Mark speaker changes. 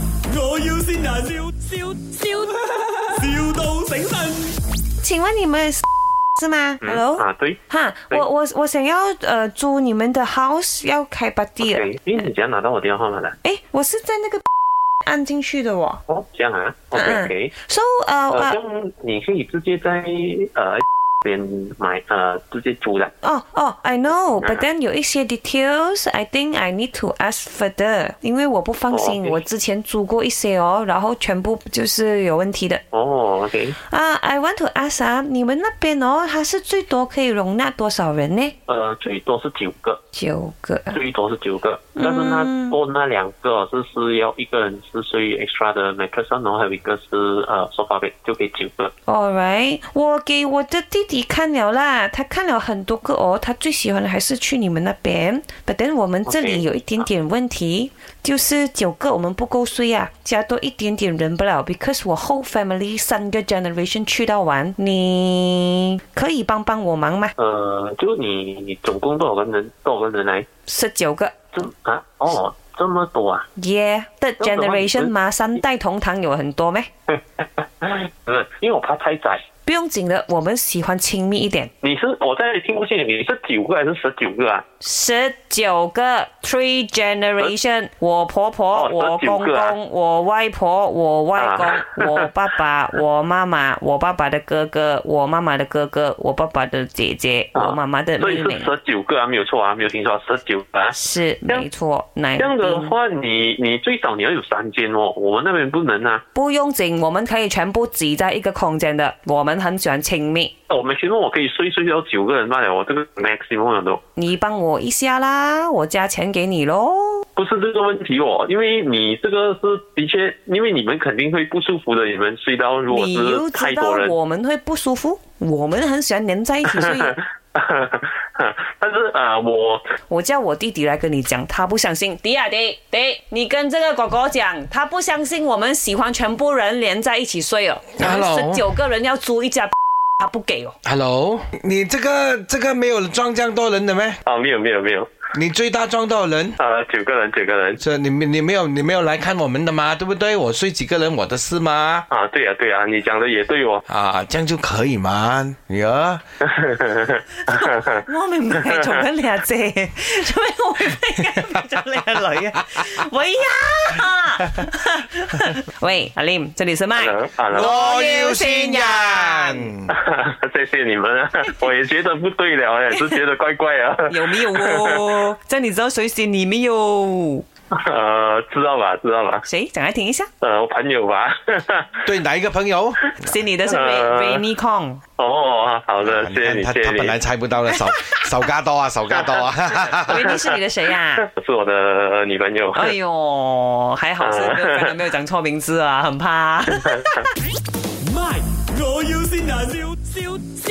Speaker 1: 要先人，笑笑笑，,笑到醒神。
Speaker 2: 请问你们是是吗
Speaker 3: 嗯
Speaker 2: ？Hello，
Speaker 3: 啊，对
Speaker 2: 哈，我
Speaker 3: 对
Speaker 2: 我我想要呃租你们的 house，要开 party 了。
Speaker 3: ，OK，诶，你怎样拿到我电话号码的？
Speaker 2: 诶，我是在那
Speaker 3: 嗯
Speaker 2: 个按进去的哦。
Speaker 3: 哦，这样啊，OK
Speaker 2: 嗯
Speaker 3: OK，
Speaker 2: So 呃
Speaker 3: 呃，
Speaker 2: 呃
Speaker 3: 这样你可以直接在呃边买呃直接租的。
Speaker 2: 哦哦，I know，but
Speaker 3: 嗯
Speaker 2: then 有一些 details，I think I need to ask further，因为我不放心，
Speaker 3: 哦，OK
Speaker 2: 我之前租过一些哦，然后全部就是有问题的。
Speaker 3: 哦，OK，
Speaker 2: 啊、i want to ask 啊，你们那边哦，它是最多可以容纳多少人呢？
Speaker 3: 呃，最多是九个，
Speaker 2: 九个啊。
Speaker 3: 最多是九个，但是那多那两个是是要一个人是睡 extra 的 mattress，然后啊还有一个是呃 sofa bed，就可以九个。
Speaker 2: All right，我给我的弟弟看了啦，他看了很多个哦，他最喜欢的还是去你们那边。But then 我们这
Speaker 3: OK，
Speaker 2: 里有一点点问题就是九个我们不够睡啊，加多一点点人不了，because 我 whole family 三个 generation 去到完，你可以帮帮我忙吗？
Speaker 3: 呃，就你你总共多少个人？多少个人来？
Speaker 2: 十九个
Speaker 3: 这啊哦，这么多啊！
Speaker 2: ，Yeah，third
Speaker 3: 那怎么你
Speaker 2: generation
Speaker 3: 们
Speaker 2: 嘛，三代同堂有很多咩？
Speaker 3: 不是，因为我怕太窄。
Speaker 2: 不用紧的，我们喜欢亲密一点。
Speaker 3: 你是我在听不清你，你是九个还是十九个啊？
Speaker 2: 十九个 three generation，我婆婆、
Speaker 3: 哦
Speaker 2: 我
Speaker 3: 19
Speaker 2: 公
Speaker 3: 个啊
Speaker 2: 公、我外婆、我外公、
Speaker 3: 啊
Speaker 2: 我爸爸、我妈妈、我爸爸的哥哥、我妈妈的哥哥、我爸爸的姐姐、
Speaker 3: 啊
Speaker 2: 我妈妈的
Speaker 3: 所以
Speaker 2: 妹
Speaker 3: 是
Speaker 2: 妹，
Speaker 3: 十九个啊，没有错啊，没有听错，十九个、啊。
Speaker 2: 是
Speaker 3: 这样
Speaker 2: 没错。奶
Speaker 3: 这样的
Speaker 2: 冰
Speaker 3: 话，你你最少你要有三间哦，我们那边不能啊。
Speaker 2: 不用紧，我们可以全部挤在一个空间的，我们很喜欢亲密。
Speaker 3: 哦我们希望我可以睡睡到九个人罢了，我这个 maximum 了都
Speaker 2: 你帮我一下啦，我加钱给你喽。
Speaker 3: 不是这个问题哦，因为你这个是的确，因为你们肯定会不舒服的，你们睡到如果
Speaker 2: 你又
Speaker 3: 是太
Speaker 2: 知道
Speaker 3: 多人，
Speaker 2: 我们会不舒服，我们很喜欢黏在一起，所以
Speaker 3: 但是呃，我
Speaker 2: 我叫我弟弟来跟你讲，他不相信。迪亚迪迪，你跟这个狗狗讲，他不相信我们喜欢全部人连在一起睡哦。我们
Speaker 4: Hello
Speaker 2: 十九个人要租一家， 他不给哦。
Speaker 4: Hello，你这个这个没有撞这样多人的咩？
Speaker 3: 啊，没有没有没有，
Speaker 4: 你最大撞多少人？
Speaker 3: 呃，九个人九个人
Speaker 4: 这你你没有你没有来看我们的吗？对不对？我睡几个人我的事吗？
Speaker 3: 啊，对啊对啊，你讲的也对哦。
Speaker 4: 啊，这样就可以吗？女儿，
Speaker 2: 我明明係做緊你阿姐，做咩我會忽然間變咗你阿女啊？喂呀！ 喂，阿 Lim，这里是麥。
Speaker 3: 啊啊然后
Speaker 2: 我要先人
Speaker 3: 谢谢你们啊，我也觉得不对了，我也是觉得怪怪啊。
Speaker 2: 有没有哦？在你知道谁是你没有？
Speaker 3: 呃，知道吧，知道吧，
Speaker 2: 谁？讲来听一下，
Speaker 3: 呃，我朋友吧。
Speaker 4: 对哪一个朋友？
Speaker 2: 是你的是 Ray
Speaker 3: 呃
Speaker 2: Rainy Kong。
Speaker 3: 哦，好的，
Speaker 4: 啊你
Speaker 3: 谢谢
Speaker 4: 看
Speaker 3: 你，
Speaker 4: 他
Speaker 3: 谢谢
Speaker 4: 他本来
Speaker 3: 你。
Speaker 4: 猜不到的，手手加多啊，手加 多啊。
Speaker 2: 喂，你是你的啊谁呀、
Speaker 3: 是我的女朋友。
Speaker 2: 哎呦，还好是没有看到没有讲错名字啊，很怕。
Speaker 1: My，我要先人，笑笑笑。